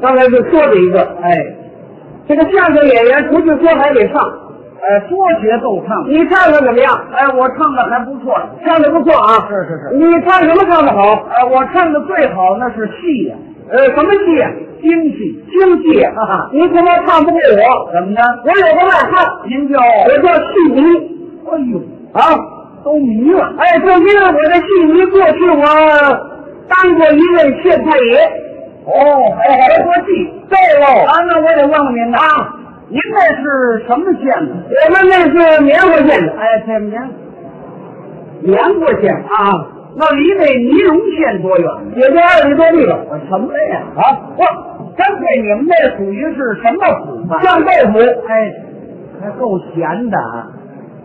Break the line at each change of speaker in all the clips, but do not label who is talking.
刚才就说了一个，
哎，
这个相声演员除去说还得唱，
呃，说学逗唱，
你唱的怎么样？
哎，我唱的还不错。
唱的不错啊，
是是是
你唱什么唱的好？
呃，我唱的最好那是戏呀、
呃，什么戏啊？
京戏。
京戏啊
哈哈
你怎么唱不过我？
怎么
我
着？
有个外号，哎
您叫
我叫戏迷
哎呦，
啊。
都迷了。
哎，就因为我的戏迷，过去我当过一位县太爷，
哦，
哎
还说戏
对喽
啊？那我得问问您呐，
啊，
您那是什么县呢？
我们那是棉花县的，
哎，这棉
棉花县啊，
那离那尼龙县多远？
也就二十多里吧。
我什么呀？
啊，我
干脆你们那属于是什么府吧？
酱豆腐，
哎，还够闲的啊。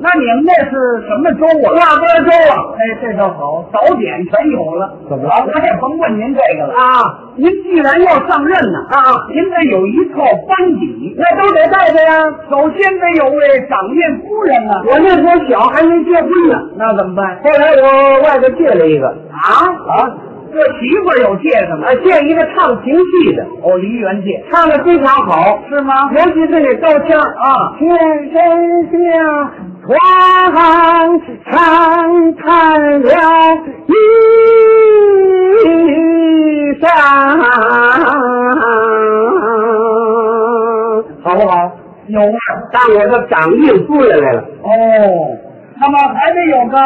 那你们那是什么州啊？
辣锅粥啊
哎，这倒好，早点全有了。
怎么了
啊我也甭问您这个了。
啊
您既然要上任呢，
啊，
您得有一套班底。
那都得带着呀。
首先得有位长面夫人呢，
我那时候小，还没结婚呢。
那怎么办
后来我外头借了一个，
啊？
啊，
这媳妇儿有借的吗
啊？，借一个唱评戏的，
哦，梨园借
唱的非常好，
是吗？
尤其是那高腔儿
啊，
天神下皇上叹了一声，好不好？
有味儿
当我的长命夫人来了，
哦。那么还得有个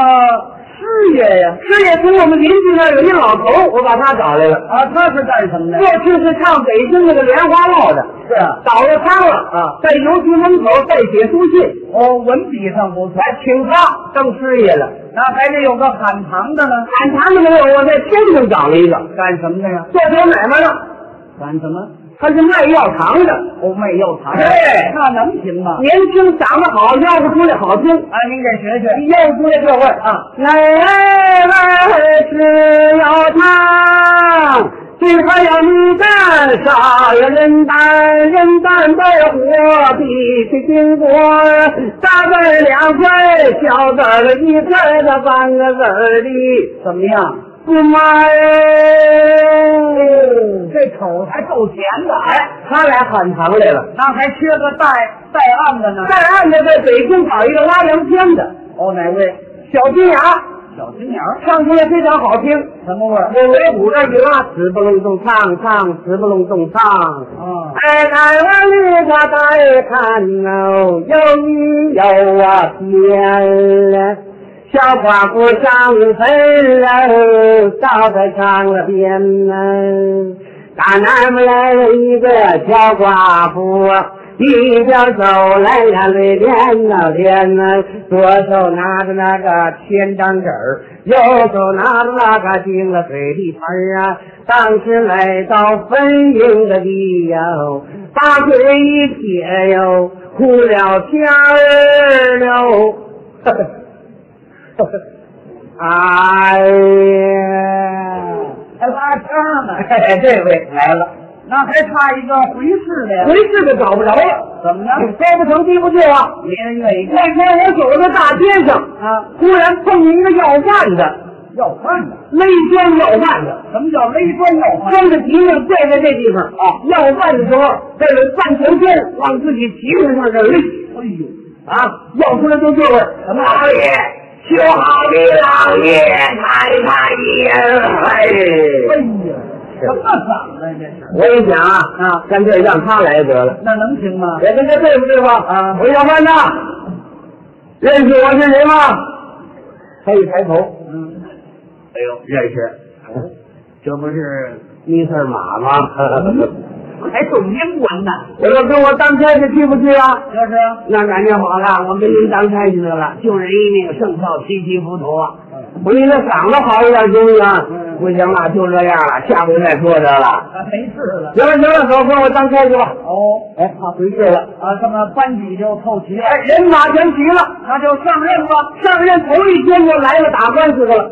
师爷呀。
师爷从我们邻居那儿有一老头儿，我把他找来了。
啊，他是干什么的
过？去是唱北京那个莲花落的，
是啊。
倒了仓了
啊
在邮局门口代写书信，
哦，文笔上不错。
哎，请他当师爷了。
那还得有个喊堂的呢。
喊他们没有，我在天津找了一个
干什么的呀？
做点买卖的，
干什么？
他是卖药糖的，
哦，卖药堂。
哎
那能行吗？
年轻长得好，腰子出来好听，
啊，您给学学。
腰子出来这味儿啊！奶奶吃药糖，最怕要你干啥呀？人蛋人蛋白活比起金国，大字儿两字儿，小字儿一字儿的半个字儿的。
怎么样？
不卖。
这口还够甜的，哎，
他来喊堂来了。
那还缺个带带案的呢
在。岸的在北京搞一个拉洋片的
哦，哪位？
小金牙，
小金鸟，
唱出来非常好听。
什么味儿？
我围鼓这一拉，直不隆咚唱唱，直不隆咚唱。
啊，
哎，台湾绿他带看哦，有你有啊天了，小寡妇上坟喽，到他上了边呢。打南边来了一个小寡妇，一条走来两对颠倒颠呢，左手拿着那个千张纸儿，右手拿着那个钉了水地盆儿啊。当时来到坟茔的地哟，八腿一撇哟，哭了天儿喽。哎呀！
还拉腔呢。
哎，这位来了，
那还差一个回事的呀
回。事都找不着了，
怎么着？
高不成低不就啊！
没人愿意干
那天我走到大街上，
啊。
忽然碰见一个要饭的，
要饭的。
勒砖要饭的，
什么叫勒砖要饭？
光着脊梁跪在这地方啊，要饭的时候，这个半头尖往自己脊梁上这勒
哎呦，
啊，要出来就这味儿。
什么
老爷，修好的老爷，太太爷，
哎
哎，
呀，什么嗓子呀这是？
我一想啊，
啊，
干脆让他来得了。
那能行吗
我？跟他对付对付
啊
我要饭的，认识我是谁吗？他一抬头，
嗯，
哎呦，认识，
这不是
尼特马吗？
还懂英文呢？
我说跟我当差去去不去啊？
这是
那感情好了，我跟您当差去得了，救人一命胜造七级浮屠啊！
嗯
我说你这嗓子好一点行不行？
嗯
啊不行了，就这样了，下回再说得了。
啊，没事了。
行了行了，走，跟我当差去吧。
哦，
哎，好，回去了。
啊，这么班底就凑齐了，
哎，人马全齐了，
那就上任吧。
上任头一天就来了打官司的了。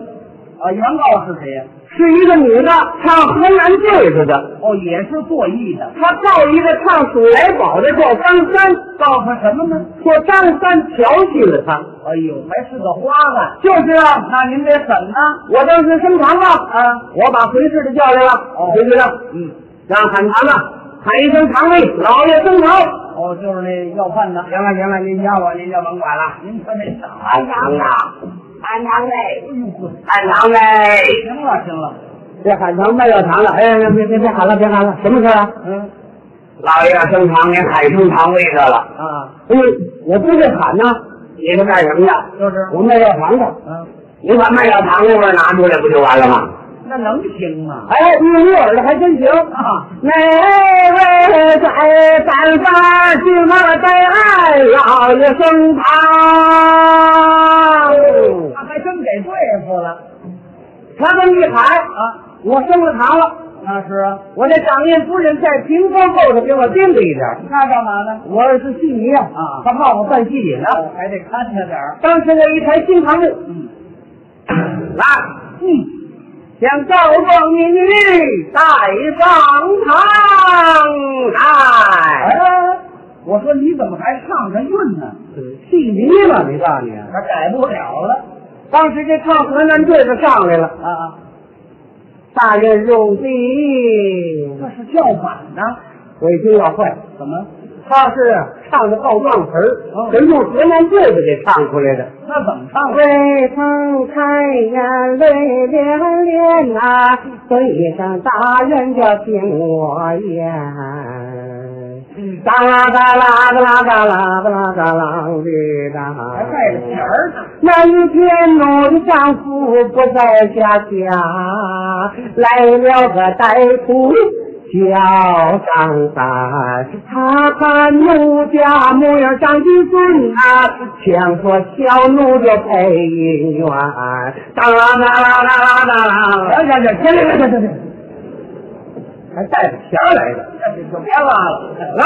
啊，原告是谁呀？
是一个女的唱河南坠子的，
哦，也是作艺的。
她告一个唱鼠来宝的叫张三，
告他什么呢？
说张三调戏了她。
哎呦，还是个花旦。
就是啊，
那您得怎呢？
我当时升堂了，
啊，
我把回事的叫来了，
哦
回去了，
嗯，
让喊堂啊，喊一声堂妹，老爷登堂。
哦，就是那要饭的，
行了行了，您叫我您就甭管了。
您可得找。
安堂啊，安堂嘞，
哎呦呵，
安堂嘞，
行了行了，
这喊堂妹要堂了。哎呀，别别别喊了，别喊了，什么事啊？
嗯
老爷要升堂，您喊升堂位置了。
啊，
哎，我不会喊呢。你是干什么的？
就是
我卖药糖的。
嗯，
你把卖药糖那味儿拿出来不就完了吗？
那能行吗？
哎，你耳朵还真行。
啊，
那位在咱家是那在爱老爷升堂，
他还真给对付了
他这么一喊，
啊，
我升了堂了。
那是啊，
我这长印夫人在屏风后头给我盯着一点，
那干嘛呢？
我是戏迷啊
啊
他怕我犯戏瘾呢。
哦还得看着点儿。
当时我一抬新堂木，
嗯
来，
嗯，
想告状民女，带上堂来。
哎，我说你怎么还上着韵呢？
戏迷嘛，没告诉你。
他改不了了
当时这唱河南队的上来了，
啊，
大人用地，
这是叫板呢？
我一听要坏了，
怎么？
他是唱的告状词儿，
哦
人用河南队的给唱出来的。
那怎么唱啊？
未曾开眼泪涟涟啊，对上大人就听我言。哒啦哒啦哒啦哒啦哒啦哒啦哩哒。
还带着弦儿呢？
那一天，我的丈夫不在家家，来了个歹徒叫张三，他看奴家模样长得俊啊，强说小奴就配姻缘。当啦当啦当啦当啦！
呀呀，行行行行行。
还带着钱儿来的，
这就别拉了。
来，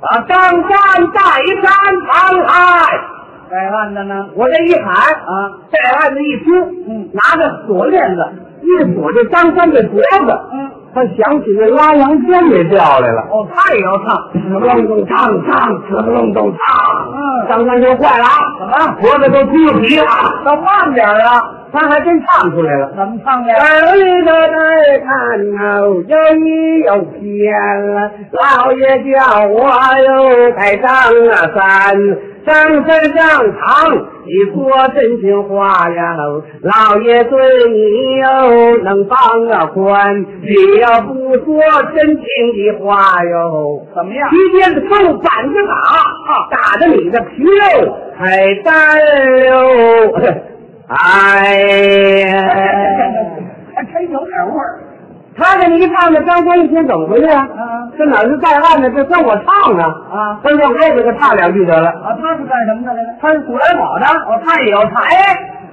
把张三带山堂来。
带腕的呢？
我这一喊
啊，
这案子一听，
嗯
拿着锁链子一锁这张三的脖子，
嗯，
他想起这拉洋鞭也掉来了，
哦，他也要唱。
呲隆咚当当，呲隆咚当，
嗯
张三就坏了啊，
怎么
脖子都秃皮了，
那慢点儿啊！
他还真唱出来了。
怎么唱的呀？
儿子在看头，有你有偏了，老爷叫我又该张啊三，张三上堂，你说真心话呀，老爷对你又能帮啊宽，你要不说真情的话哟。
怎么样？
皮鞭子扣板子打，打的你的皮肉还单溜。哎呀，
还真有点味儿。
他这么一唱，那张三一听怎么回事啊？
啊
这哪是带案呢？这跟我唱呢
啊
跟我给他唱两句得了。
啊，他是干什么的来着？
他是古来宝的，
哦他也要唱
哎，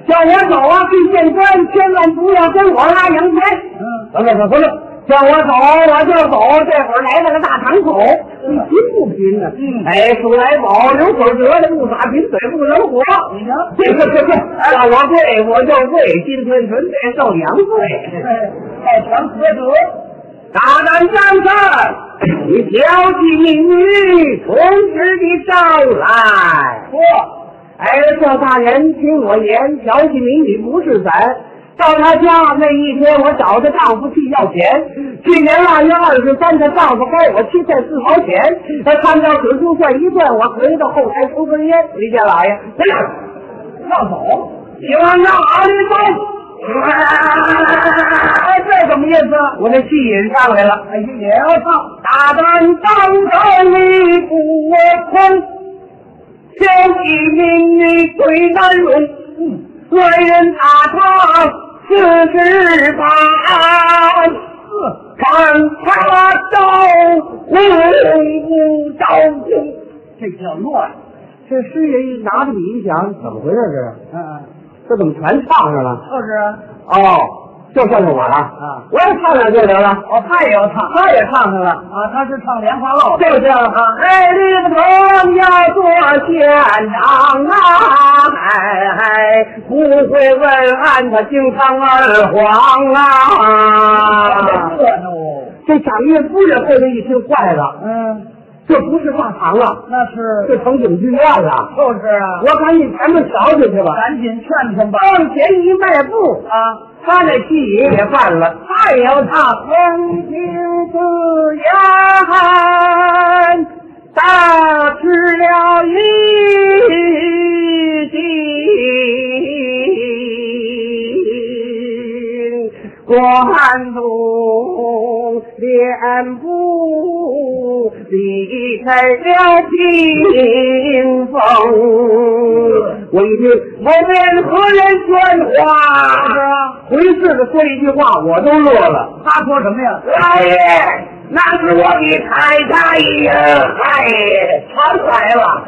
叫我走啊，必见官，千万不要跟我拉洋钱。
嗯，
等等等等，叫我走我就走，这会儿来了个大堂口，你贫不贫呢？
嗯
哎，数来宝，流口舌的，不耍贫嘴，不能活。
你瞧
这这这这，让我跪我就跪，今天准得受洋
对
罪。，
带全合辙。
大胆张三，你调戏民女，从实地招来。
说，
哎，这大人听我言，调戏民女不是咱。到他家那一天，我找他丈夫去要钱。去年腊月二十三，她丈夫该我七块四毛钱。他参照准数算一算，我回到后台抽根烟。李家老爷，哎呀，
要走。
你往那哪里走？
哎，这怎么意思？
我这气瘾上来了，
哎，也要唱。
大胆当着你不空，调戏民女最难容。
嗯，
恶人打他四十八，
是，
看他招红不招红。
这叫乱。
这诗人一拿着笔一想，怎么回事这？
嗯，
这怎么全唱上了？
就是啊。
哦，这算是我了
啊！
我也唱两句得了。
哦，他也要唱。
他也唱上了。
啊，他是唱莲
哎
花落。
就叫哈，哎，这个头要做县长啊，哎，不会问案他经常二黄啊。
热闹哦。
这长乐夫人后头一听坏了，
嗯，
这不是大堂了，
那是
这成警剧院了。
就是啊，
我赶紧咱们瞧瞧去吧。
赶紧劝劝吧。
往前一迈步，
啊，
他那妓女也犯了。还有他横情自言，大吃了一惊，官中脸部离开了清风。我一听，我面何人喧哗？回字的说一句话，我都乐了。
他说什么呀？
老爷，哎那是我的太太呀！哎，全来了。